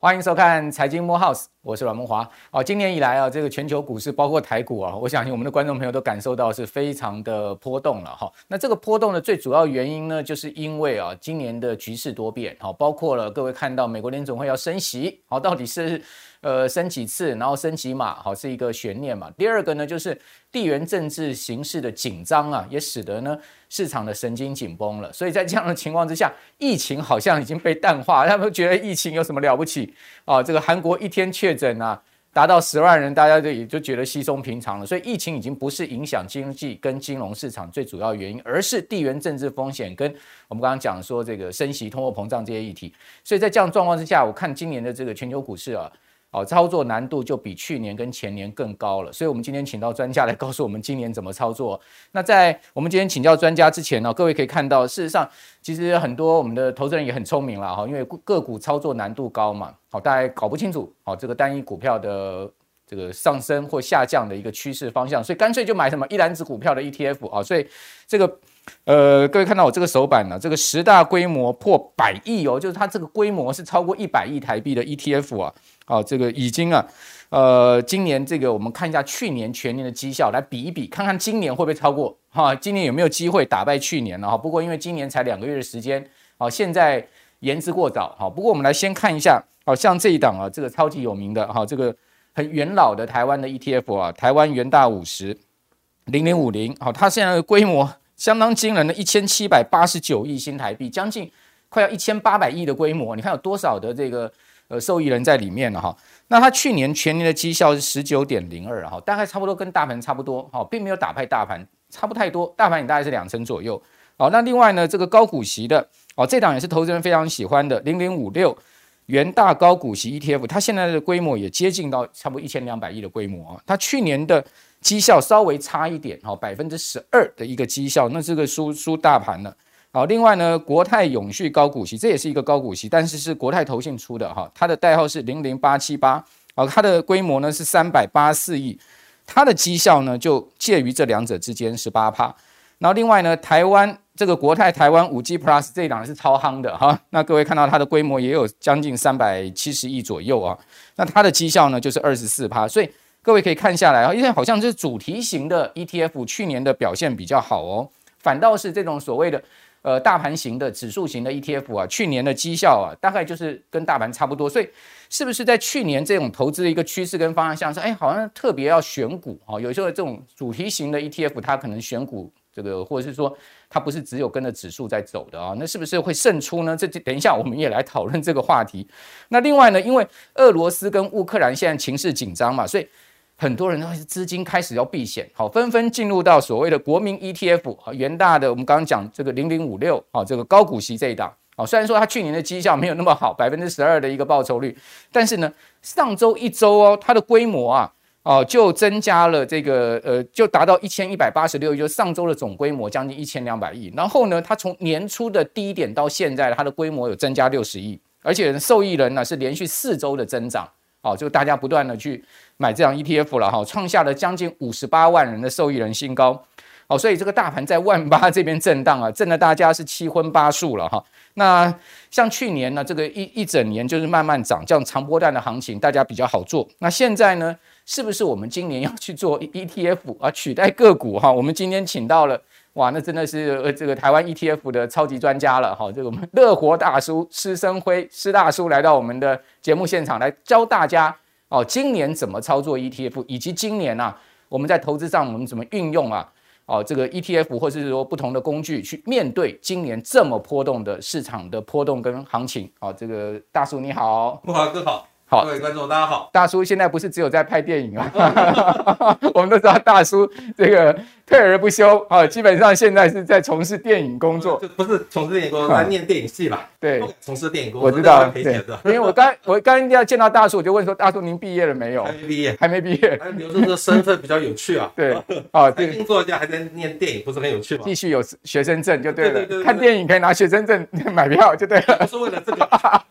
欢迎收看《财经摸 House》，我是阮梦华。哦，今年以来啊，这个全球股市包括台股啊，我相信我们的观众朋友都感受到是非常的波动了哈、那这个波动的最主要原因呢，就是因为啊，今年的局势多变，好、包括了各位看到美国联总会要升息，好、到底是呃升几次，然后升几码，好、是一个悬念嘛。第二个呢，就是地缘政治形势的紧张啊，也使得呢市场的神经紧绷了。所以在这样的情况之下，疫情好像已经被淡化，他们觉得疫情有什么了不起啊？这个韩国一天确诊啊。达到十万人，大家就也就觉得稀松平常了。所以疫情已经不是影响经济跟金融市场最主要原因，而是地缘政治风险跟我们刚刚讲说这个升息、通货膨胀这些议题。所以在这样的状况之下，我看今年的这个全球股市啊，哦，操作难度就比去年跟前年更高了。所以我们今天请到专家来告诉我们今年怎么操作。那在我们今天请教专家之前呢、各位可以看到，事实上其实很多我们的投资人也很聪明了哈，因为个股操作难度高嘛，好，大家搞不清楚好这个单一股票的这个上升或下降的一个趋势方向，所以干脆就买什么一篮子股票的 ETF 啊，所以这个。呃，各位看到我这个手板呢、这个十大规模破百亿哦，就是它这个规模是超过一百亿台币的 ETF 啊，哦，这个已经啊，呃，今年这个我们看一下去年全年的绩效，来比一比，看看今年会不会超过哈、今年有没有机会打败去年了哈、不过因为今年才两个月的时间，哦，现在言之过早哈、不过我们来先看一下，哦，像这一档啊，这个超级有名的哈、这个很元老的台湾的 ETF 啊，台湾元大五十零零五零，好，它现在的规模相当惊人的一千七百八十九亿新台币，将近快要一千八百亿的规模，你看有多少的这个呃受益人在里面了哈？那它去年全年的绩效是十九点零二啊哈，大概差不多跟大盘差不多哈，并没有打败大盘，差不太多，大盘也大概是两成左右。好，那另外呢，这个高股息的哦，这档也是投资人非常喜欢的零零五六元大高股息 ETF，它现在的规模也接近到差不多一千两百亿的规模啊。它去年的绩效稍微差一点，哈、哦百分之十二的一个绩效，那这个输输大盘了。好，另外呢，国泰永续高股息，这也是一个高股息，但是是国泰投信出的哈、它的代号是零零八七八，好，它的规模呢是三百八四亿，它的绩效呢就介于这两者之间，十八趴。然后另外呢，台湾这个国泰台湾五 G Plus 这一档是超夯的哈，那各位看到它的规模也有将近三百七十亿左右啊，那它的绩效呢就是二十四趴，所以各位可以看下来啊，因为好像是主题型的 ETF 去年的表现比较好哦，反倒是这种所谓的呃大盘型的指数型的 ETF 啊，去年的绩效啊大概就是跟大盘差不多，所以是不是在去年这种投资的一个趋势跟方向上，哎，好像特别要选股啊、哦？有时候这种主题型的 ETF 它可能选股。这个或者是说它不是只有跟着指数在走的啊，那是不是会胜出呢？这这等一下我们也来讨论这个话题。那另外呢，因为俄罗斯跟乌克兰现在情势紧张嘛，所以很多人都是资金开始要避险，好，纷纷进入到所谓的国民 ETF，好元大的我们刚刚讲这个零零五六，好，这个高股息这一档，好，虽然说它去年的绩效没有那么好，百分之十二的一个报酬率，但是呢，上周一周哦，它的规模啊。哦，就增加了这个呃，就达到一千一百八十六亿，就是上周的总规模将近一千两百亿。然后呢，它从年初的低点到现在，它的规模有增加六十亿，而且受益人呢是连续四周的增长。哦，就大家不断的去买这样 ETF 了哈、创下了将近五十八万人的受益人新高。哦，所以这个大盘在万八这边震荡啊，震得大家是七荤八素了哈、那像去年呢，这个一一整年就是慢慢涨，这样长波段的行情大家比较好做。那现在呢，是不是我们今年要去做 ETF 啊，取代个股哈、我们今天请到了。哇，那真的是呃这个台湾 ETF 的超级专家了哈、这个我们乐活大叔施生辉施大叔来到我们的节目现场来教大家哦，今年怎么操作 ETF，以及今年啊我们在投资上我们怎么运用啊哦，这个 ETF 或是说不同的工具去面对今年这么波动的市场的波动跟行情。哦，这个大叔你好，木华哥好，好各位观众大家好。大叔现在不是只有在拍电影啊， 我们都知道大叔这个退而不休啊、哦，基本上现在是在从事电影工作。嗯就不是从事电影工作，他念电影系吧？对，从事电影工我作，知那道，会赔对钱的。因为我刚我刚要见到大叔，我就问说：“大叔，您毕业了没有还没哎毕？”业，还没毕业。。哎，刘叔这身份比较有趣啊对，啊，财对，经作家还在念电影，不是很有趣吗？继续有学生证就对对对对了。对 看电影可以拿学生证买票就对了。不是为了这个，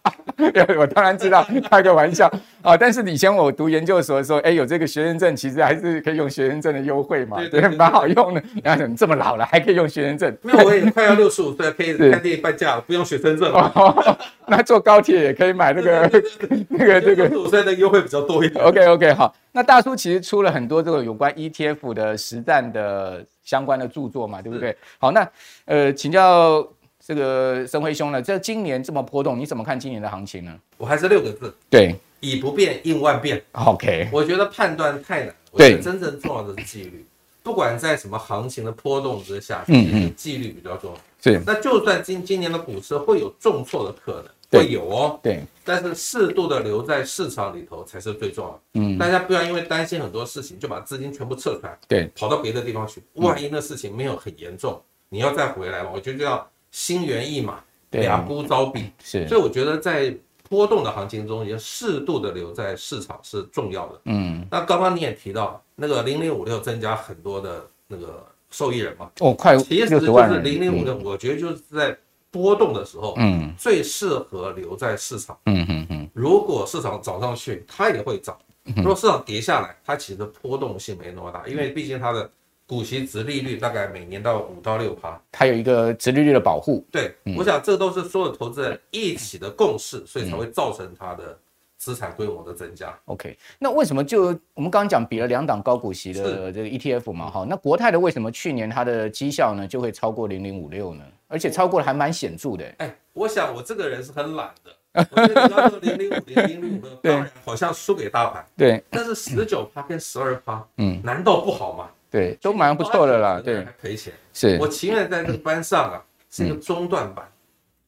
我当然知道，开个玩笑啊。但是以前我读研究所的时候，哎，有这个学生证，其实还是可以用学生证的优惠嘛，对对对对，对蛮好用的。 然后你这么老了还可以用学生证，没有，我也快要六十五岁了， 可以是看电影半价了，不用学生证了。哦， 那坐高铁也可以买那个那个这个哦六十五岁的优惠比较多一点。 OK OK 好，那大叔其实出了很多这个有关 ETF 的实战的相关的著作嘛，对不对？好，那呃，请教这个申辉兄呢，这今年这么波动，你怎么看今年的行情呢？我还是六个字：对以不变应万变。 ，OK，我觉得判断太难。我对觉得真正重要的是纪律，不管在什么行情的波动之下，嗯嗯，纪律比较重要。是，那就算今今年的股市会有重挫的可对能，会有哦，对，但是适度的留在市场里头才是最重要的。嗯，大家不要因为担心很多事情就把资金全部撤出来，对，跑到别的地方去。嗯万一那事情没有很严重，你要再回来嘛，我觉得要心猿意马，对两不招比。是，所以我觉得在波动的行情中，也适度的留在市场是重要的。嗯，那刚刚你也提到那个零零五六增加很多的那个受益人嘛，哦，快其实六就十万是人，零零五嗯六，我觉得就是在波动的时候嗯最适合留在市场。嗯嗯嗯，如果市场涨上去，它也会涨；如果市场跌下来，它其实波动性没那么大，因为毕竟它的股息值利率大概每年到五到六趴。它有一个直利率的保护，对，我想这都是所有投资人一起的共识，所以才嗯会造成它的资产规模的增加。 OK，那为什么就我们刚刚讲比了两档高股息的这个 ETF 嘛，哈，那国泰的为什么去年它的绩效呢就会超过零零五六呢？而且超过了还蛮显著的，哎，我想我这个人是很懒 的，我觉得要做零零五零零零五对当然好像输给大盘，对但是十九趴跟十二趴，嗯，难道不好吗？对，都蛮不错的啦，当然对嗯还，赔钱。是我，情愿在这个班上啊是一个中段班，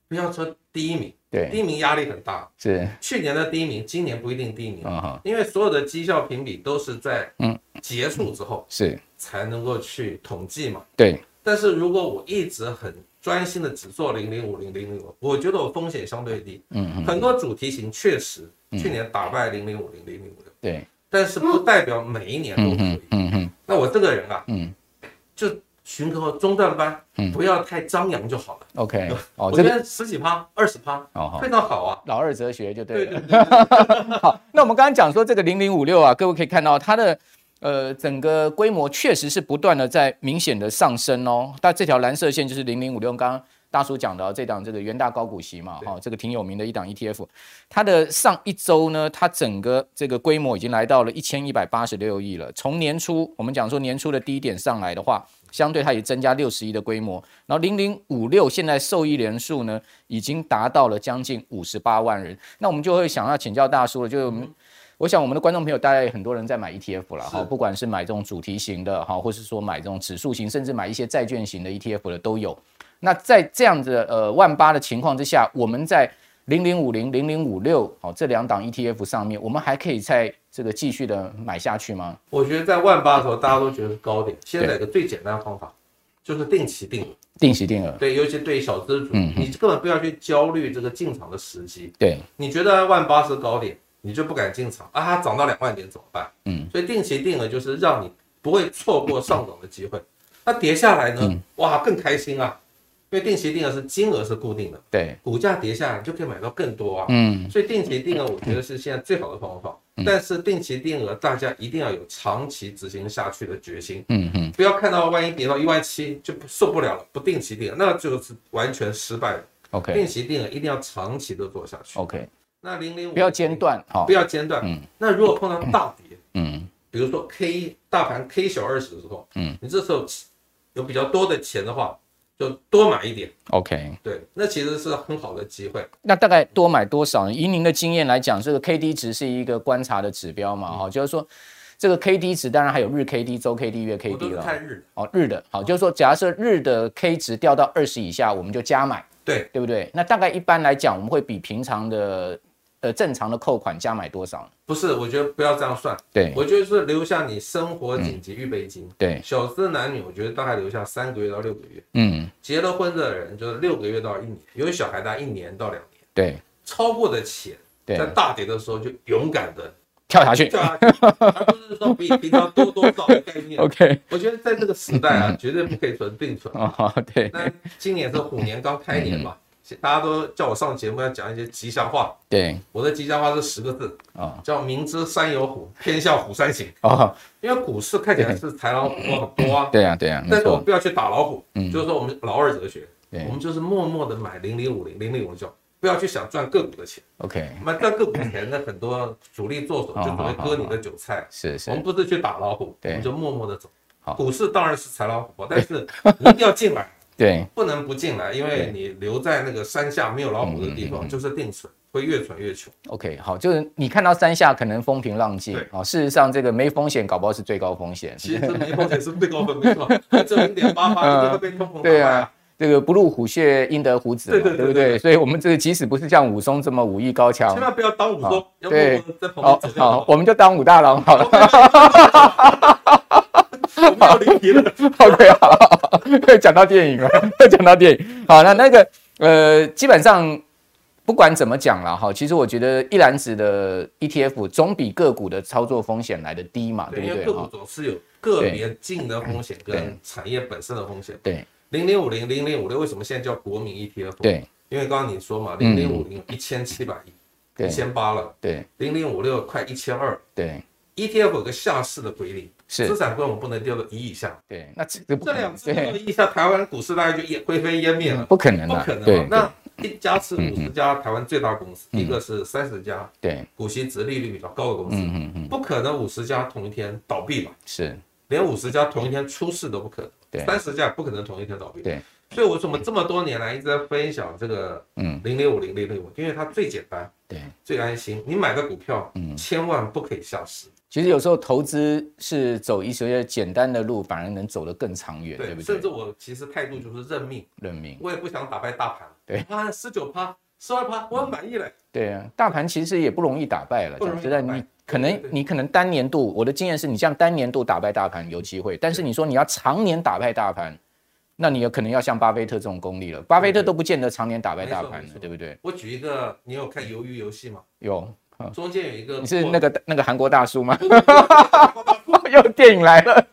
不要说第一名，第对，一名压力很大。是，去年的第一名，今年不一定第一名，嗯哈，因为所有的绩效评比都是在嗯结束之后是，才能够去统计嘛。对，但是如果我一直很专心的只做零零五零零零五，我觉得我风险相对低。嗯嗯，很多主题型确实去年打败零零五零零零五六，对，但是不代表每一年都嗯嗯可以。嗯嗯，那我这个人啊，嗯，就寻个中段班，不要太张扬就好了。 ，OK，哦，我这觉个，得十几趴、二十趴哦好非常好啊。老二哲学就对对了。对对， 好，那我们刚刚讲说这个零零五六啊，各位可以看到它的呃整个规模确实是不断的在明显的上升哦。但这条蓝色线就是零零五六，刚刚大叔讲的哦、这档这个元大高股息嘛，哈、这个挺有名的一档 ETF，它的上一周呢，它整个这个规模已经来到了一千一百八十六亿了。从年初我们讲说年初的低点上来的话，相对它也增加六十亿的规模。然后零零五六现在受益人数呢，已经达到了将近五十八万人。那我们就会想要请教大叔了，就是我们。我想我们的观众朋友，大概有很多人在买 ETF 了哈，是不管是买这种主题型的哈，或是说买这种指数型，甚至买一些债券型的 ETF 的都有。那在这样的呃万八的情况之下，我们在零零五零、零零五六好这两档 ETF 上面，我们还可以在这个继续的买下去吗？我觉得在万八的时候，大家都觉得是高点。现在有个最简单的方法，就是定期定额。定期定额，对，尤其对于小资主，嗯你根本不要去焦虑这个进场的时机。对，你觉得万八是高点，你就不敢进场啊？它涨到两万点怎么办？嗯，所以定期定额就是让你不会错过上涨的机会。那跌下来呢？嗯哇，更开心啊！因为定期定额是金额是固定的，对，股价跌下来你就可以买到更多啊。嗯，所以定期定额我觉得是现在最好的方法，但是定期定额大家一定要有长期执行下去的决心，嗯嗯，不要看到万一跌到一万七就不受不了了，不定期定额，那就是完全失败的。定 OK 期定额一定要长期的做下去。 OK，那零零五哦不要嗯间，断，好不，要间断。那如果碰到大跌，嗯，比如说 K 大盘 K 小二十的时候，嗯，你这时候有比较多的钱的话，就多买一点， OK，对，那其实是很好的机会。那大概多买多少呢？以您的经验来讲，这个 K D 值是一个观察的指标嗯嘛，哈、就是说这个 K D 值，当然还有日 K D、周 K D、月我 K 都 D 是了。看日的，哦，日的，好，就是说，假设日的 K 值掉到二十以下，我们就加买，对，对不对？那大概一般来讲，我们会比平常的呃正常的扣款加买多少？不是，我觉得不要这样算，对我觉得是留下你生活紧急预备金。对，小资男女，我觉得大概留下三个月到六个月，嗯，结了婚的人就是六个月到一年，有小孩大概一年到两年，对超过的钱在对，大跌的时候就勇敢的跳下去对啊，而不是说比平常多多少的概 念。 ，OK，我觉得嗯 在这个时代啊，绝对不可以存并存。哦，对，那今年是虎年刚开年嘛，嗯大家都叫我上节目要讲一些吉祥话，对，我的吉祥话是十个字哦叫“明知山有虎，偏向虎山行哦，”。因为股市看起来是豺狼虎豹很多啊，对呀、对嗯呀、没但是我错，不要去打老虎，嗯就是说我们老二哲学，对我们就是默默的买零零五零、零零五九，不要去想赚个股的钱， ，OK，买赚个股的钱呢，很多主力做啊手就只会割你的韭菜。是是我，们不是去打老虎，我对们就默默的走好。股市当然是豺狼虎豹，但是你一定要进来， 对，不能不进来，因为你留在那个山下没有老虎的地嗯方，就是定存，会越存越 穷。 OK，好，就是你看到山下可能风平浪静对，哦，事实上这个没风险，搞不好是最高风险。其实没风险是最高分，没错，那这零点八八就会被通膨打败 对啊，，这个不入虎穴，应得虎子嘛，对对对对不对？所以，我们这个即使不是像武松这么武艺高强千，万不要当武松好，要不对然我在旁边哦走，掉好，。我们就当武大郎好了。 我们要离题了。 OK，好，又讲到电影了，又讲到电影。好，那那个呃，基本上不管怎么讲了哈，其实我觉得一篮子的 ETF 总比个股的操作风险来的低嘛， 对对，因不对？为个股哈，总是有个别净的风险对跟产业本身的风险。对零零五零、零零五六为什么现在叫国民 ETF？，对因为刚刚你说嘛，嗯零零五零一千七百亿，一对千八了，对零零五六快一千二。对， ETF 有个下市的规定，资是，产规模不能掉到一以下。对，那这个不这可两能，次掉到对，一以下，台湾股市大概就烟灰飞烟灭了，不可能不的可，能对嗯嘛。那一家是五十家台湾最大公司，一个是三十家对，股息值利率比较高的公司，嗯嗯嗯，不可能五十家同一天倒闭吧？是，连五十家同一天出事都不可对能，三十家也不可能同一天倒闭。对，所以为什么这么多年来一直在分享这个嗯零零五零零零五，因为它最简单、对。最安心。你买个股票，嗯千万不可以下市，其实有时候投资是走一些简单的路，反而能走得更长远，对不甚至对？我其实态度就是认命，认命。我也不想打败大盘。对啊，十九趴、十二趴，我很满意了。对啊，大盘其实也不容易打败了。不容易讲实在，打败你对可对能对你可能单年度，我的经验是你像单年度打败大盘有机会，但是你说你要常年打败大盘，那你有可能要像巴菲特这种功力了。巴菲特都不见得常年打败大盘没了，错对不对？我举一个，你有看《鱿鱼游戏》吗？有，中间有一个，你是那个那个韩国大叔吗？个又电影来了。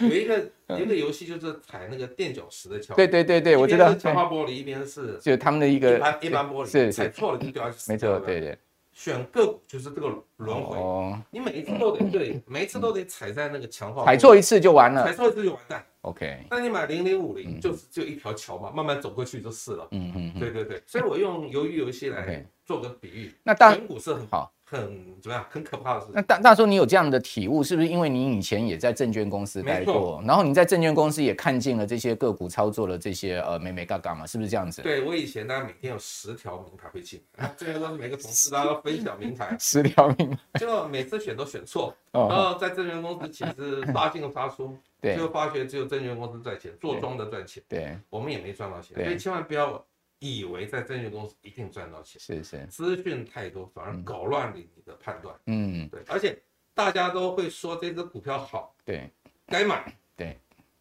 有一个有一个游戏就是踩那个垫脚石的桥，对对对对，我知一道，边是对强化玻璃，一边是就是他们的一一个般一般玻璃，是踩是，错了就掉下去死没掉错，了。对对。选个股就是这个轮回，哦，你每一次都得对，每一次都得踩在那个强化，踩错一次就完踩了。错一次就完蛋。 OK，那你买零零五零就是就一条桥嘛，慢慢走过去就是了。嗯嗯嗯，对对对，所以我用鱿鱼游戏来 OK 做个比喻，那大选股是很好。很怎么样，很可怕的事情那。大大叔，你有这样的体悟，是不是因为你以前也在证券公司待没过，然后你在证券公司也看尽了这些个股操作的这些呃美美嘎嘎嘛？是不是这样子？ 对我以前呢，每天有十条名牌会进来，这个都是每个同事大家都分享名 牌，十条命结果每次选都选错，然哦，后在证券公司其实杀进杀出，对最后发觉只有证券公司赚钱，做庄的赚钱，对，我们也没赚到钱，对所以千万不要以为在证券公司一定赚到钱，是是，资讯太多反而搞乱了你的判断。嗯，对，而且大家都会说这只股票好，对该买，对，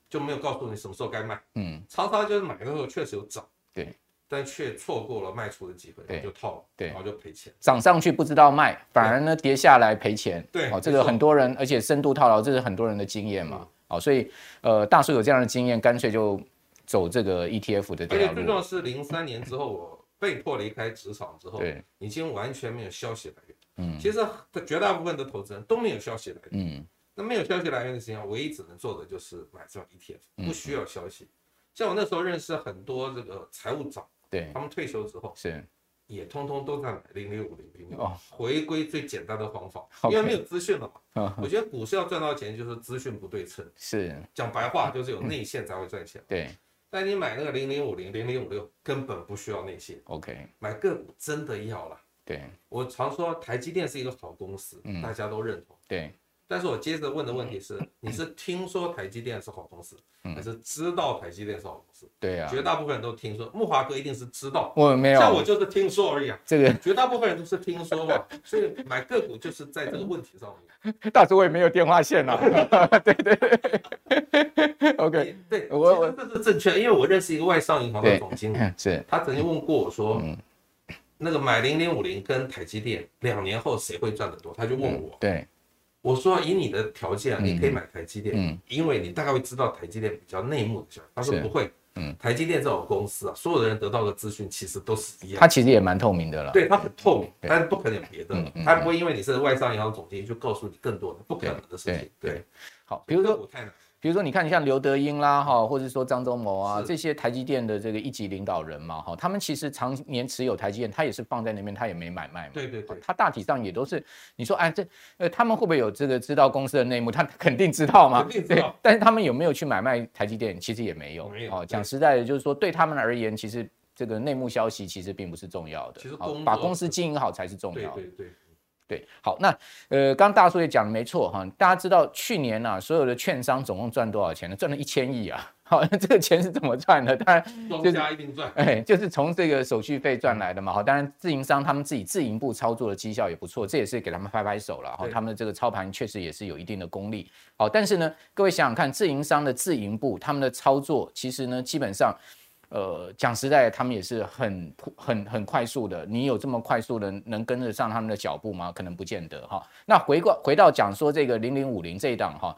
就没有告诉你什么时候该卖，嗯常常就是买的时候确实有涨，对，但却错过了卖出的机会，对然后就套了，对然后就赔钱。涨上去不知道卖，反而呢跌下来赔钱。对哦，这没个错很多人，而且深度套牢，这是很多人的经验嘛嗯。哦，所以呃，大叔有这样的经验，干脆就走这个 ETF 的这而条且最重路。要是，零三年之后我被迫离开职场之后，对，已经完全没有消息来源。嗯其实绝大部分的投资人都没有消息来源。嗯，那没有消息来源的情况下，唯一只能做的就是买这种 ETF，不嗯需要消息。像我那时候认识很多这个财务长，对，他们退休之后是也通通都在买零零五零零零哦， 回归最简单的方法， OK 因为没有资讯了嘛。嗯我觉得股市要赚到钱就是资讯不对称，是，讲白话就是有内线才会赚钱。对但你买那个零零五零零零五六根本不需要内线。 ，OK，买个股真的要了。对我常说台积电是一个好公司，嗯大家都认同。对，但是我接着问的问题是，嗯你是听说台积电是好公司，还是知道台积电是好公司？对啊。绝大部分人都听说，木华哥一定是知道，我没有，像我就是听说而已啊。这 个绝大部分人都是听说嘛，所以买个股就是在这个问题上面。大叔我也没有电话线啊了、 对对对 ，OK，哎对，我我这是正确，因为我认识一个外商银行的对嗯总经理，是他曾经问过我说，那个买零零五零跟台积电两年后谁会赚得多？他就问我，嗯对我说啊以你的条件，你可以买台积电，嗯因为你大概会知道台积电比较内幕的消息。他说是不会，嗯，台积电这种公司啊，所有的人得到的资讯其实都是一样的。它其实也蛮透明的了。对，它很透明，对但是不可能有别的嗯嗯，它不会因为你是外商银行总经理就告诉你更多的不可能的事情。对对，好，比如说个股太难，比如说，你看，你像刘德英啦，哈，或者说张忠谋啊，是这些台积电的这个一级领导人嘛，哈，他们其实常年持有台积电，他也是放在那边，他也没买卖嘛。对对对他大体上也都是，你说，哎，这呃，他们会不会有这个知道公司的内幕？ 他肯定知道嘛，肯定知道对。但是他们有没有去买卖台积电？其实也没有。哦没有对讲实在的，就是说对他们而言，其实这个内幕消息其实并不是重要的。其实好工作把公司经营好才是重要对的。对对，对，好，那呃，刚刚大叔也讲的没错哈，大家知道去年啊，所有的券商总共赚多少钱呢？赚了一千亿啊！好，那这个钱是怎么赚的？当然，庄家一定 赚。嗯哎，就是从这个手续费赚来的嘛。好，当然自营商他们自己自营部操作的绩效也不错，这也是给他们拍拍手了。好，对他们的这个操盘确实也是有一定的功力。好，但是呢，各位想想看，自营商的自营部他们的操作，其实呢，基本上。呃，讲实在的，他们也是很很很快速的。你有这么快速的能跟得上他们的脚步吗？可能不见得哈。那回过回到讲说这个零零五零这一档哈，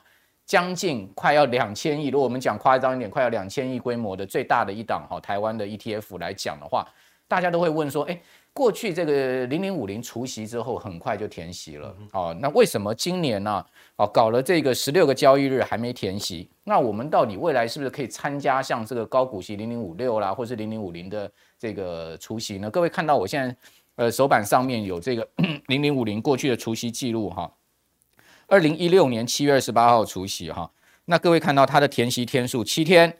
将近快要两千亿，如果我们讲夸张一点，快要两千亿规模的最大的一档哦哈，台湾的 ETF 来讲的话，大家都会问说，哎，过去这个零零五零除息之后很快就填息了，哦，那为什么今年呢、哦，搞了这个十六个交易日还没填息，那我们到底未来是不是可以参加像这个高股息零零五六啦，或是零零五零的这个除息呢？各位看到我现在呃手板上面有这个 零零五零过去的除息记录哈，二零一六年七月二十八号除息哈，那各位看到它的填息天数七天，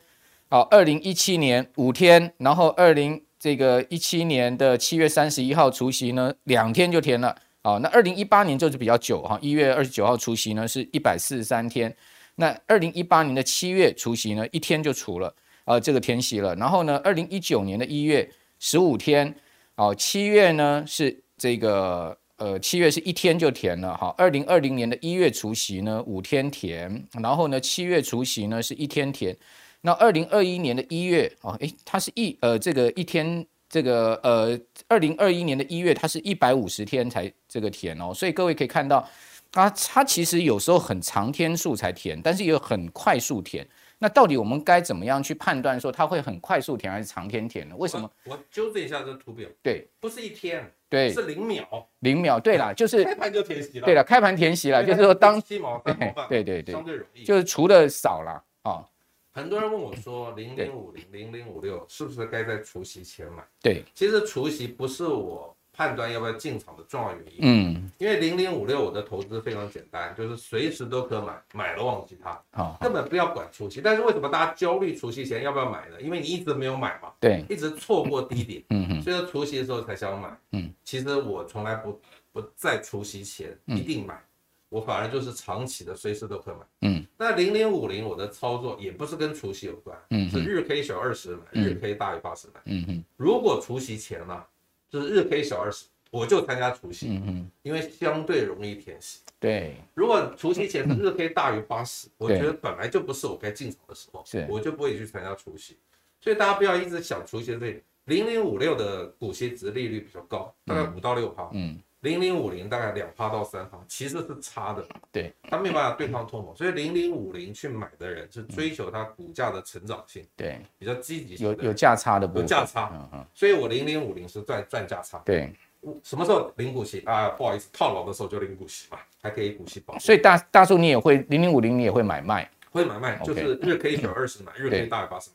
好，二零一七年五天，然后二零这个一七年的七月三十一号除夕呢，两天就填了。好，那二零一八年就是比较久哈，一月二十九号除夕呢是一百四十三天，那二零一八年的七月除夕呢一天就除了，呃，这个填息了。然后呢，二零一九年的一月十五天，哦，七月呢是这个呃七月是一天就填了哈，二零二零年的一月除夕呢五天填，然后呢七月除夕呢是一天填。那二零二一年的一月哦，诶，它是一呃这个一天这个呃二零二一年的一月，它是一百五十天才这个填哦，所以各位可以看到，它它其实有时候很长天数才填，但是也有很快速填。那到底我们该怎么样去判断说它会很快速填还是长天填呢？为什么？我？我纠正一下这图表，对不是一天，对，是零秒，零秒，对啦，就是开盘就填息了。对了，了，开盘填息了，就是说当七毛三毛对半，对对对相，对容易。就是除了少啦，哦，很多人问我说，零对零五零、零零五六是不是该在除夕前买？对，其实除夕不是我判断要不要进场的重要原因，嗯，因为零零五六我的投资非常简单，就是随时都可买，买了忘记它，好、根本不要管除夕。但是为什么大家焦虑除夕前要不要买呢？因为你一直没有买嘛，对，一直错过低点，嗯哼，所以说除夕的时候才想买。嗯，其实我从来不不在除夕前一定买，我反而就是长期的，随时都可以买。嗯，那零零五零我的操作也不是跟除夕有关，嗯是日 K 小二十买，日 K 大于八十买。嗯哼，如果除夕前呢、就是日 K 小二十，我就参加除夕，嗯哼，因为相对容易填息。对，如果除夕前是日 K 大于八十，我嗯对觉得本来就不是我该进场的时候是，我就不会去参加除夕。所以大家不要一直想除夕这零零五六的股息值利率比较高，大概五到六趴，嗯，零零五零大概两趴到三趴，其实是差的，对，它没有办法对抗通膨，所以零零五零去买的人是追求它股价的成长性，对，比较积极性有的嗯有人价差的部分，有价差，嗯哼，所以我零零五零是赚赚价差。对，我什么时候领股息啊？不好意思，套牢的时候就领股息嘛，还可以股息保护。所以大大叔你也会零零五零你也会买卖，会买卖，就 OK 是日 K 小二十买，日对 K 大于八十。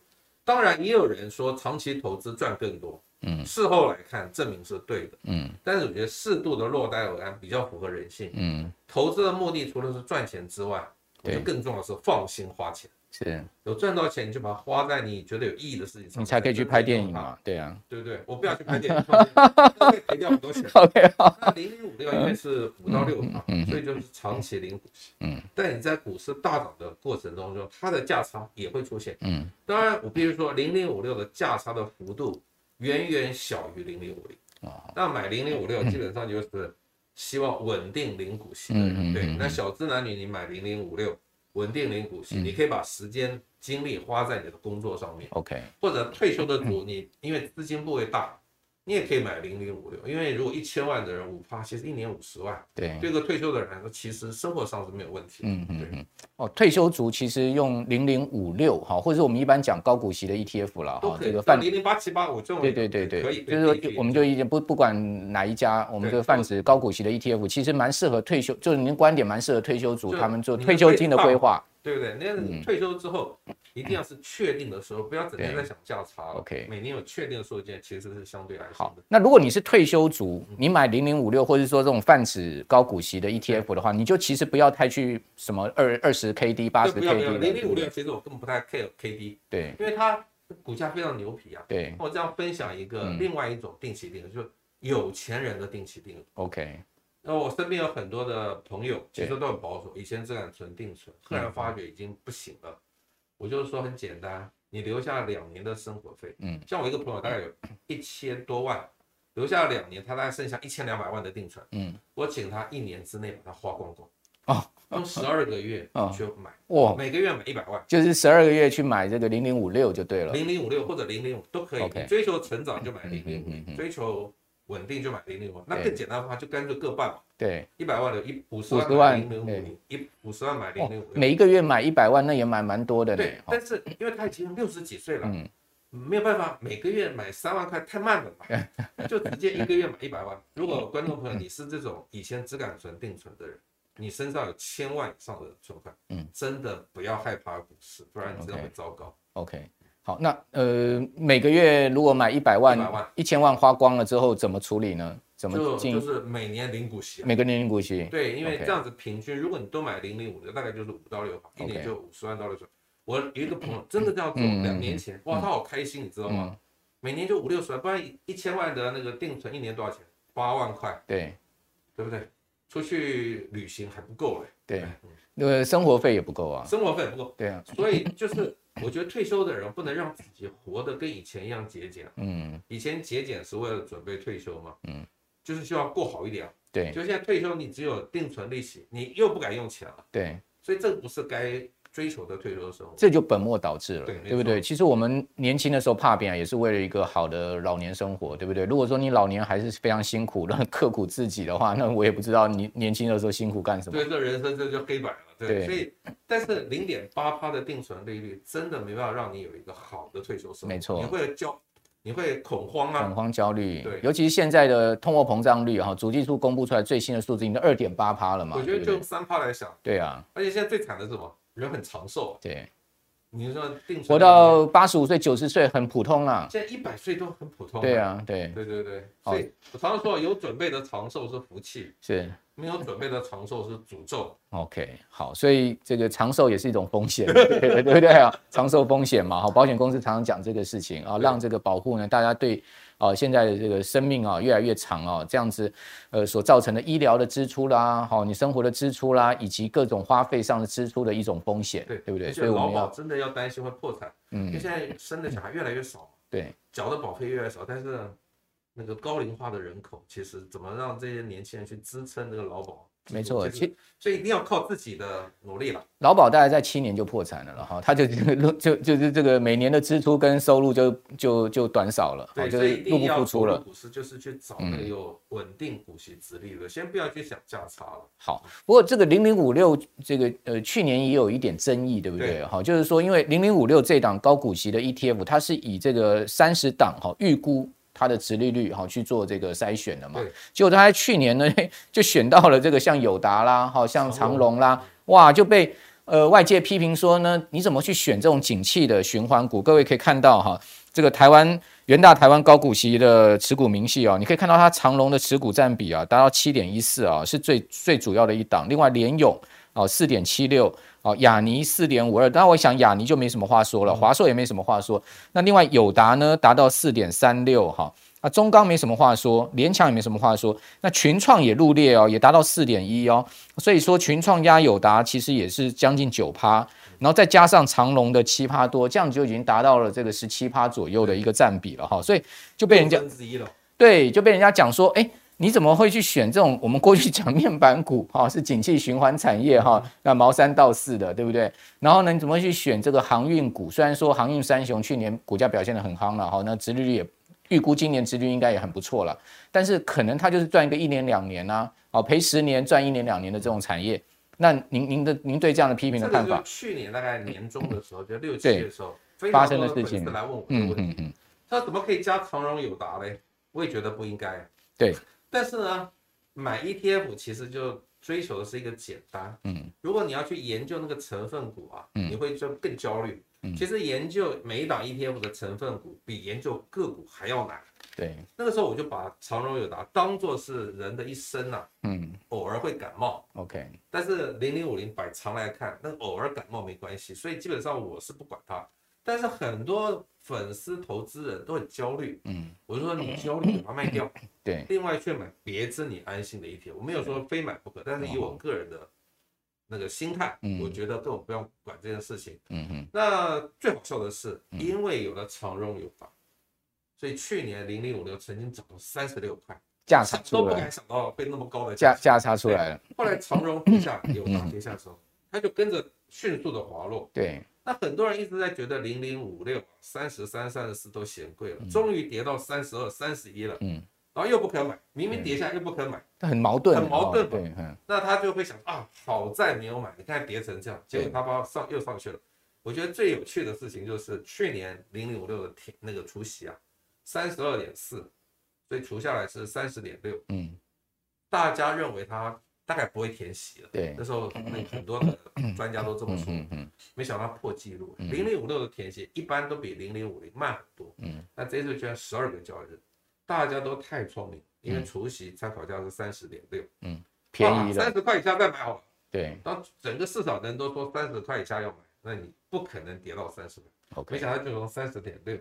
当然，也有人说长期投资赚更多，嗯，事后来看证明是对的，嗯但是我觉得适度的落袋为安比较符合人性。嗯，投资的目的除了是赚钱之外，我觉得对更重要的是放心花钱。是有赚到钱，你就把它花在你觉得有意义的事情上，你才可以去拍电影啊，嘛，对 啊对不对？我不要去 拍电影，那会赔掉很多钱。 ，OK，好，那零零五六因为是五到六嘛，所以就是长期零股息。嗯，但你在股市大涨的过程当中，它的价差也会出现。嗯，当然，我必须说，零零五六的价差的幅度远远小于零零五零。啊那买零零五嗯六基本上就是希望稳定零股息的嗯嗯人。对嗯，那小资男女你买零零五六，稳定零股息，你可以把时间嗯精力花在你的工作上面。 ，OK，或者退休的族，你因为资金部位大，你也可以买零零五六，因为如果一千万的人五趴，其实一年五十万，对，对一个退休的人来说，其实生活上是没有问题的。嗯嗯对嗯，哦，退休族其实用零零五六哈，或者是我们一般讲高股息的 E ETF 了都哈，啊可这以个。到泛零零八七八，我这种对对对对，可以，就是可说以可以我们就意见不不管哪一家，我们对这个泛指高股息的 ETF，其实蛮适合退休，就是您观点蛮适合退休族就他们做你退休会金的放规划。对不对？那嗯你退休之后一定要是确定的时候，不要整天对在想价差了。 OK 每年有确定的数件，其实是相对来嗯说好的。，那如果你是退休族，你买零零五六或者说这种泛指高股息的 ETF 的话，你就其实不要太去什么二二十 KD、八就十不要不要 KD 零零五六，的，其实我根本不太 care KD，对因为它股价非常牛皮啊。对我这样分享一个嗯另外一种定期定额，就是有钱人的定期定额。 ，OK，那我身边有很多的朋友，其对实都很保守，以前只敢存定存，赫然发觉已经不行了。我就是说很简单，你留下两年的生活费，嗯，像我一个朋友大概有一千多万，留下了两年，他大概剩下一千两百万的定存，嗯，我请他一年之内把它花光光，哦，用十二个月 哦去买，哇，每个月买一百万，就是十二个月去买这个零零五六就对了。零零五六或者零零五都可以， OK 你追求成长就买嗯零零嗯嗯嗯五，追求稳定就买零零五，那对更简单的话就干脆各半嘛。对，一百万的一五十50万万哎零零五零一五十万买零哦零五，零，每一个月买一百万，那也买蛮多的呢对。，哦但是因为他已经六十几岁了，嗯没有办法，每个月买三万块太慢了 嘛，就直接一个月买一百万。如果观众朋友你是这种以前只敢存定存的人，你身上有千万以上的存款，嗯，真的不要害怕股市，不然你真的会 OK 糟糕。 ，OK。好，那呃，每个月如果买一百万100万、一千万花光了之后，怎么处理呢？怎就么就进是每年零股息啊。每个年龄股息？对，因为 OK 这样子平均，如果你都买零零五的，大概就是五到六吧，一 OK 年就五十万到六十万。我有一个朋友真的这样嗯做，嗯嗯两年前，哇，他好开心，你知道吗？每年就五六十万，不然一一千万的那个定存一年多少钱？八万块，对对不对？出去旅行还不够嘞，对，那个生活费也不够啊。生活费也不够，对啊，所以就是我觉得退休的人不能让自己活得跟以前一样节俭。啊嗯，以前节俭是为了准备退休嘛，嗯，就是希望过好一点啊。对就现在退休，你只有定存利息，你又不敢用钱了。对，所以这个不是该追求的退休生活。这就本末倒置了，对没不对？错其实我们年轻的时候怕病啊，也是为了一个好的老年生活，对不对？如果说你老年还是非常辛苦，然后 刻苦自己的话，那我也不知道你年轻的时候辛苦干什么。对，这人生这就黑白了。对对，所以但是零点八趴的定存利率真的没办法让你有一个好的退休生活，没错你会焦，你会恐慌恐啊。慌焦虑对，尤其是现在的通货膨胀率哈，主计处公布出来最新的数字已经二点八趴了嘛，我觉啊对得不就对？三趴来想，对啊，而且现在最惨的是什么？人很长寿啊，对，你说定存利率活到八十五岁、九十岁很普通啦。现在一百岁都很普通。对，啊，对，对对对，好所以我常常说，有准备的长寿是福气，是。没有准备的长寿是诅咒。 OK，好，所以这个长寿也是一种风险， 对对对不对啊？长寿风险嘛，好，保险公司常常讲这个事情啊，让这个保护呢，大家对啊、呃现在的这个生命啊越来越长啊，这样子呃所造成的医疗的支出啦，好、你生活的支出啦，以及各种花费上的支出的一种风险，对不对？而且所以我劳们保要真的要担心会破产，因嗯，为现在生的小孩越来越少嘛。对缴的保费越来越少，但是那个高龄化的人口，其实怎么让这些年轻人去支撑这个劳保？没错其实所以一定要靠自己的努力了。劳保大概在七年就破产了了哈，他就就就是这个每年的支出跟收入就就就短少了，好，对，就所是以一入定不要敷出投了嗯入。股市，就是去找那个有稳定股息直利的，先不要去想价差了。好，不过这个零零五六这个呃，去年也有一点争议，对不对？对好，就是说，因为零零五六这档高股息的 ETF，它是以这个三十档哈预估它的值利率哈去做这个筛选的嘛对。结果它在去年呢， 嘿就选到了这个像友达啦，好像长长荣隆啦，哇，就被呃外界批评说呢，你怎么去选这种景气的循环股？各位可以看到哈，这个台湾元大台湾高股息的持股明细哦，你可以看到它长隆的持股占比啊达到七点一四啊，是最最主要的一档。另外联咏哦四点七六哦，雅尼四点五二，但我想雅尼就没什么话说了，华硕也没什么话说。那另外友达呢达到四点三六哈。啊，中钢没什么话说，联强也没什么话说，那群创也入列哦，也达到四点一哦，所以说群创压友达其实也是将近九趴，然后再加上长隆的七趴多，这样就已经达到了这个十七趴左右的一个占比了哈，所以就被人家六分之一了，对就被人家讲说，哎，你怎么会去选这种我们过去讲面板股哈、是景气循环产业哈、嗯那毛三到四的对不对？然后呢，你怎么会去选这个航运股？虽然说航运三雄去年股价表现得很夯了哈、那殖利率也预估今年殖率应该也很不错了，但是可能它就是赚一个一年两年呐、啊，哦赔十年赚一年两年的这种产业。那您您的您对这样的批评的这看个法就？去年大概年中的时候，就六七对月的时候，非发常生多的事的粉丝情来问我这个嗯问题，嗯嗯，他说怎么可以加长荣友达嘞？我也觉得不应该。对，但是呢，买 ETF 其实就追求的是一个简单。嗯，如果你要去研究那个成分股啊，嗯你会就更焦虑。嗯其实研究每一档 ETF 的成分股比研究个股还要难。对，那个时候我就把长荣友达当做是人的一生啊，嗯偶尔会感冒， ，OK，但是零零五零摆长来看，那偶尔感冒没关系，所以基本上我是不管它。但是很多粉丝投资人都很焦虑，嗯，我就说你焦虑把它卖掉，对，另外去买别致你安心的 ETF。我没有说非买不可，但是以我个人的那个心态，哦嗯我觉得根本不用管这件事情。嗯嗯那最好笑的是，因为有了长荣有法，所以去年零零五六曾经涨到三十六块，价差想都出不来，敢想到会那么高的价价。价差出来了，后来长荣跌下有大跌下的时嗯候，它就跟着迅速的滑落。对，那很多人一直在觉得零零五六、三十三、三十四都嫌贵了，终于跌到三十二、三十一了，嗯，然后又不肯买，明明跌下又不肯买，它很矛盾，很矛盾哦对，嗯，那他就会想啊，好在没有买，你看跌成这样，结果它把上又上去了。我觉得最有趣的事情就是去年零零五六的天那个除息啊，三十二点四，所以除下来是三十点六，嗯，大家认为它大概不会填息了。对那时候那很多的专家都这么嗯说，嗯嗯，没想到破纪录，嗯零零五六的填息一般都比零零五零慢很多，嗯，那这次居然十二个交易日，大家都太聪明，嗯因为除夕参考价是三十点六，便宜三了，十块以下再买好了。对当整个市场人都说三十块以下要买，那你不可能跌到三十块，没，OK，想到就从三十点六，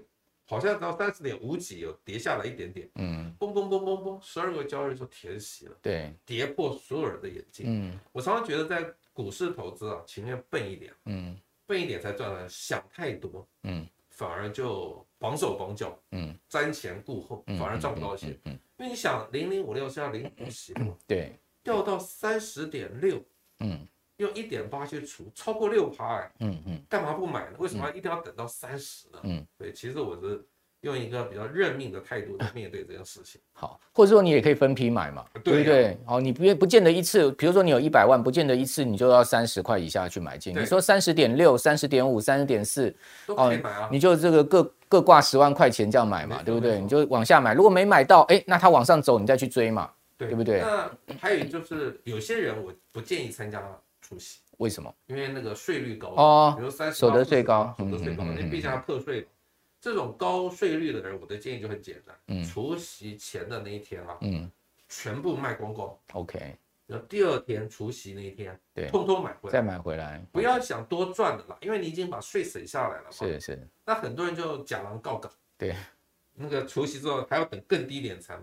好像到三十点五几有跌下来一点点，嗯，嘣嘣嘣嘣嘣，十二个交易日就填息了，对，跌破所有人的眼镜。嗯我常常觉得在股市投资啊，情愿笨一点。嗯笨一点才赚了，想太多，嗯，反而就绑手绑脚，嗯，瞻前顾后，嗯反而赚不到钱。嗯，因为你想，零零五六是要零股息的嘛，对，掉到三十点六，嗯用一点八去除，超过六趴，哎，嗯嗯，干嘛不买呢？为什么一定要等到三十呢？嗯，对，其实我是用一个比较认命的态度在面对这件事 情。好，或者说你也可以分批买嘛，对不对啊对？好，你不不见得一次，比如说你有一百万，不见得一次你就要三十块以下去买进。对你说三十点六、三十点五、三十点四，都可以买啊。你就这个各各挂十万块钱这样买嘛，没错对不没对？错你就往下买，如果没买到，哎，那它往上走，你再去追嘛，对对不对那还有就是，有些人我不建议参加除息，为什么？因为那个税率高。哦，比如三十所得最高啊所得最高，嗯嗯嗯因为毕竟他课税嘛。这种高税率的人，我的建议就很简单，嗯除夕前的那一天啊，嗯全部卖光光， ，OK，然后第二天除夕那一天，对通通买回来，再买回来，不要想多赚的啦，因为你已经把税省下来了嘛。是是，那很多人就假狼告岗，对，那个除夕之后还要等更低点才买。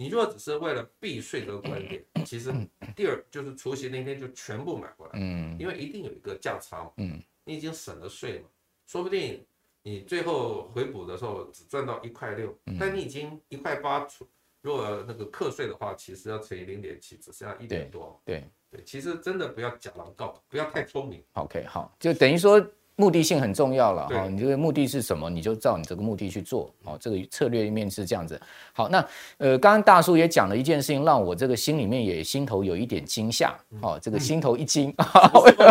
你如果只是为了避税这个观 点，其实第二就是除夕那天就全部买回来，嗯因为一定有一个价差嘛。嗯，你已经省了税嘛，说不定你最后回补的时候只赚到一块六，嗯但你已经一块八除，如果那个课税的话，其实要乘以零点七，只剩下一点多。对对，其实真的不要假狼告，不要太聪明。 ，OK，好，就等于说目的性很重要了对哈、你这个目的是什么，你就照你这个目的去做，哦，这个策略面是这样子。好，那呃，刚刚大叔也讲了一件事情，让我这个心里面也心头有一点惊吓，哦，这个心头一惊，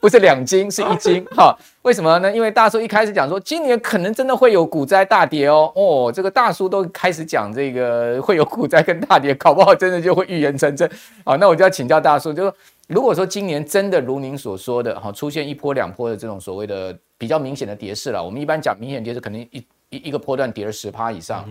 不是两斤，是一斤哈。为什么呢？因为大叔一开始讲说，今年可能真的会有股灾大跌哦。哦，这个大叔都开始讲这个会有股灾跟大跌，搞不好真的就会预言成真。好，那我就要请教大叔，就是如果说今年真的如您所说的，哈，出现一波两波的这种所谓的比较明显的跌势了，我们一般讲明显跌势，可能一一一个波段跌了十趴以上，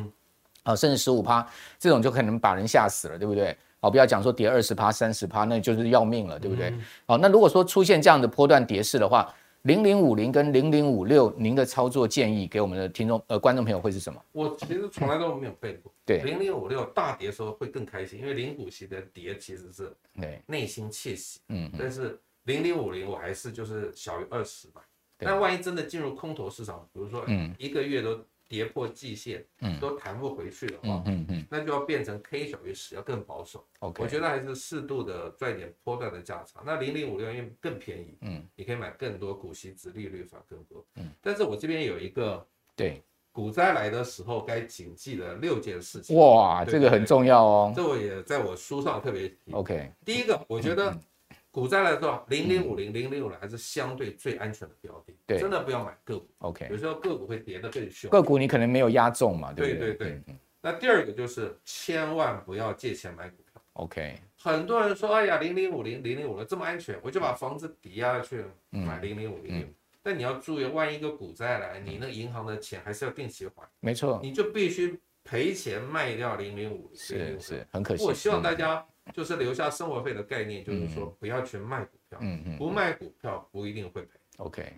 啊，甚至十五趴，这种就可能把人吓死了，对不对？好，不要讲说跌二十趴、三十趴，那就是要命了，对不对？好，那如果说出现这样的波段跌势的话，零零五零跟零零五六，您的操作建议给我们的听众呃观众朋友会是什么？我其实从来都没有背过。对零零五六大跌的时候会更开心，因为零股息的跌其实是对，内心窃喜。嗯，但是零零五零我还是就是小于二十买。对但万一真的进入空头市场，比如说嗯一个月都跌破季线，嗯都弹不回去的话嗯，嗯嗯那就要变成 K 小于十，要更保守。 ，OK，我觉得还是适度的赚一点波段的价差。那零零五六因为更便宜，嗯，你可以买更多股息、值利率反而更多。嗯，但是我这边有一个对，股灾来的时候该谨记的六件事情。哇，对这个很重要哦。这我也在我书上特别提。 OK，第一个，我觉嗯得股灾来的时候，零零五零、零零五还是相对最安全的标的，对真的不要买个股， OK，有时候个股会跌得更凶。个股你可能没有压中嘛，对不对对？对对嗯那第二个就是千万不要借钱买股票。 ，OK，很多人说，哎呀，零零五零零零五了这么安全，我就把房子抵押去嗯买零零五零零。但你要注意，万一一个股灾来，你那个银行的钱还是要定期还，没错，你就必须赔钱卖掉零零五零是零是，很可惜。我希望大嗯家就是留下生活费的概念，就是说不要去卖股票，嗯嗯不卖股票不一定会赔。 ，OK，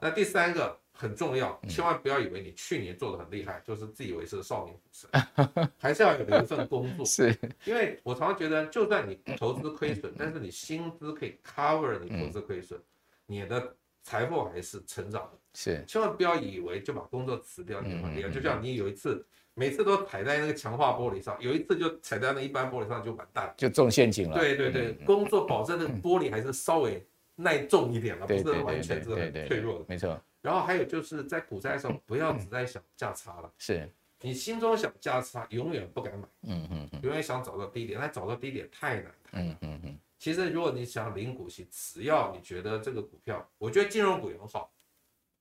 那第三个很重要，嗯千万不要以为你去年做的很厉害，就是自以为是少年股神， 还是要有一份工作。是因为我常常觉得，就算你投资亏损，但是你薪资可以 cover 你投资亏损，你的财富还是成长的。是，千万不要以为就把工作辞掉你很厉嗯害，嗯嗯就像你有一次每次都踩在那个强化玻璃上，有一次就踩在那一般玻璃上就完蛋了。就中陷阱了。嗯对对对，工作保证的玻璃还是稍微耐重一点了，不对是对完对全对是很对脆弱的。没错，然后还有就是在股灾的时候，不要只在想价差了，是，你心中想价差，永远不敢买，嗯嗯嗯永远想找到低点，但找到低点太难太难。嗯嗯嗯，其实如果你想领股息，只要你觉得这个股票，我觉得金融股也很好，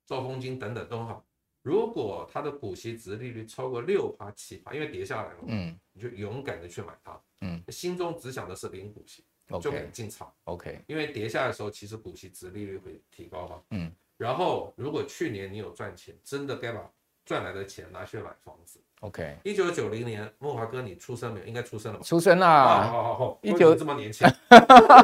兆丰金等等都很好。如果它的股息值利率超过六趴七趴，因为跌下来了嘛，嗯你就勇敢的去买它。嗯，心中只想的是领股息，就，OK 敢进场。 OK，因为跌下来的时候，其实股息值利率会提高嘛。嗯。然后，如果去年你有赚钱，真的该把赚来的钱拿去买房子。 OK，一九九零年，木华哥，你出生没有？应该出生了吧？出生啊，啦，好好好， 19为什么这么年轻？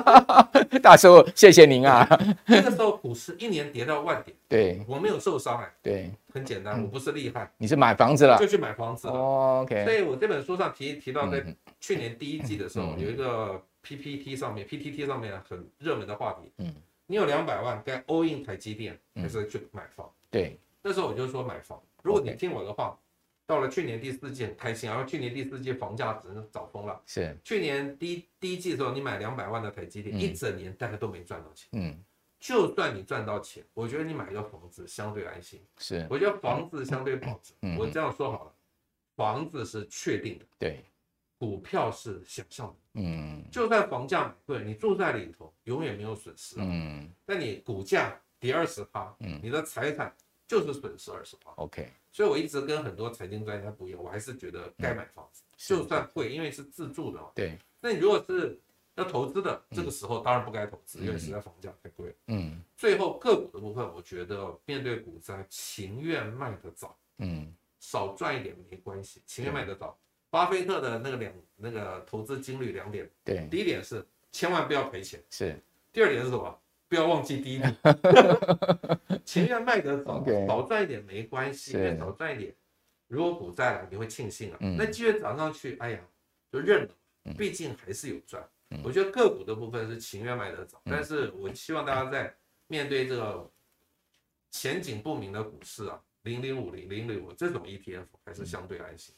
大叔，谢谢您啊。那个时候股市一年跌到万点，对我没有受伤哎，对，很简单，我不是厉害，你是买房子了就去买房子了。嗯啊哦所？OK，以我这本书上提提到，在嗯去年第一季的时候，有一个 PPT 上面 PTT 上面很热门的话题，嗯，你有两百万该 all in 台积电，还是去买房？对，那时候我就说买房。如果你 OK 听我的话，到了去年第四季很开心，然后去年第四季房价只是涨疯了。是，去年第一第一季的时候，你买两百万的台积电，一整年大概都没赚到钱。嗯就算你赚到钱，我觉得你买一个房子相对安心。是，我觉得房子相对保值。嗯我这样说好了，房子是确定的，对，股票是想象的。嗯就算房价买贵，你住在里头永远没有损失。嗯但你股价跌二十趴，嗯你的财产就是损失二十趴。 ，OK，所以我一直跟很多财经专家不一样，我还是觉得该买房子，是就算贵，因为是自住的嘛。对，那你如果是要投资的，这个时候当然不该投资，因为实在房价太贵了。嗯最后个股的部分，我觉得面对股灾，情愿卖得早，嗯少赚一点没关系，情愿卖得早。巴菲特的那个两那个投资经历两点，对，第一点是千万不要赔钱，是第二点是什么？不要忘记第 一点，情愿卖得早， OK 少赚一点没关系，是因为少赚一点，如果股债了，你会庆幸啊。嗯那继续涨上去，哎呀，就认了，毕竟还是有赚。嗯我觉得个股的部分是情愿卖得早，但是我希望大家在面对这个前景不明的股市啊，零零五零零零五这种 ETF 还是相对安心。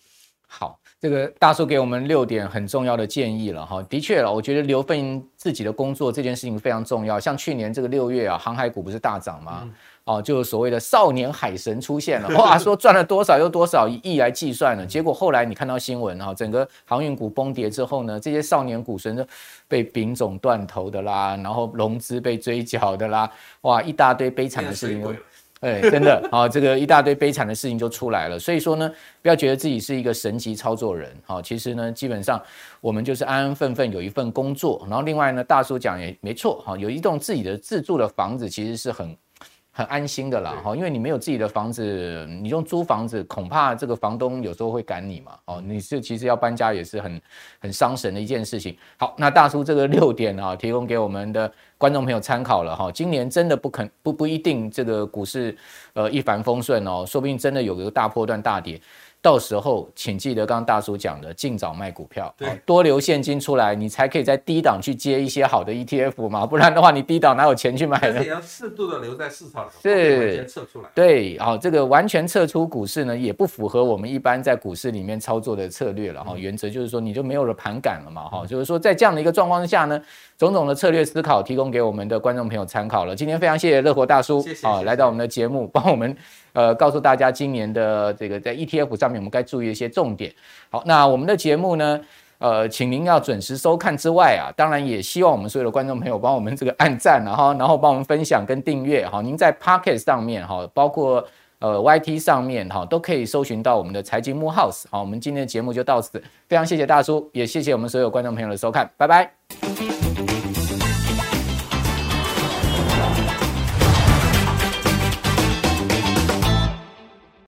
好，这个大叔给我们六点很重要的建议了哈。的确了，我觉得留份自己的工作这件事情非常重要。像去年这个六月啊，航海股不是大涨吗？嗯哦，就所谓的少年海神出现了，哇，说赚了多少又多少以亿来计算了。结果后来你看到新闻哈、整个航运股崩跌之后呢，这些少年股神就被丙种断头的啦，然后融资被追缴的啦，哇，一大堆悲惨的事情变成水又鬼了哎，真的， 好、这个一大堆悲惨的事情就出来了。所以说呢，不要觉得自己是一个神级操作人，好、其实呢，基本上我们就是安安分分有一份工作。然后另外呢，大叔讲也没错，哈、有一栋自己的自住的房子，其实是很很安心的啦，哈、因为你没有自己的房子，你用租房子，恐怕这个房东有时候会赶你嘛，哦，你是其实要搬家也是很很伤神的一件事情。好，那大叔这个六点啊，提供给我们的观众朋友参考了哈。今年真的不肯不不一定这个股市呃一帆风顺哦，说不定真的有个大波段大跌。到时候请记得刚刚大叔讲的，尽早卖股票，对好多留现金出来，你才可以在低档去接一些好的 ETF 嘛，不然的话你低档哪有钱去买但呢是？也要适度的留在市场里头，是把钱先撤出来。对，好、这个完全撤出股市呢，也不符合我们一般在股市里面操作的策略嗯了哈、原则就是说，你就没有了盘感了嘛哈、就是说，在这样的一个状况之下呢，种种的策略思考提供供给我们的观众朋友参考了。今天非常谢谢乐活大叔谢谢啊、谢谢来到我们的节目， 帮我们呃告诉大家今年的这个在 ETF 上面我们该注意的一些重点。好，那我们的节目呢？呃，请您要准时收看之外啊，当然也希望我们所有的观众朋友帮我们这个按赞，然后然后帮我们分享跟订阅哈。您在 Pocket 上面哈，包括呃 YT 上面哈，都可以搜寻到我们的财经幕 House。好，我们今天的节目就到此，非常谢谢大叔，也谢谢我们所有观众朋友的收看，拜拜。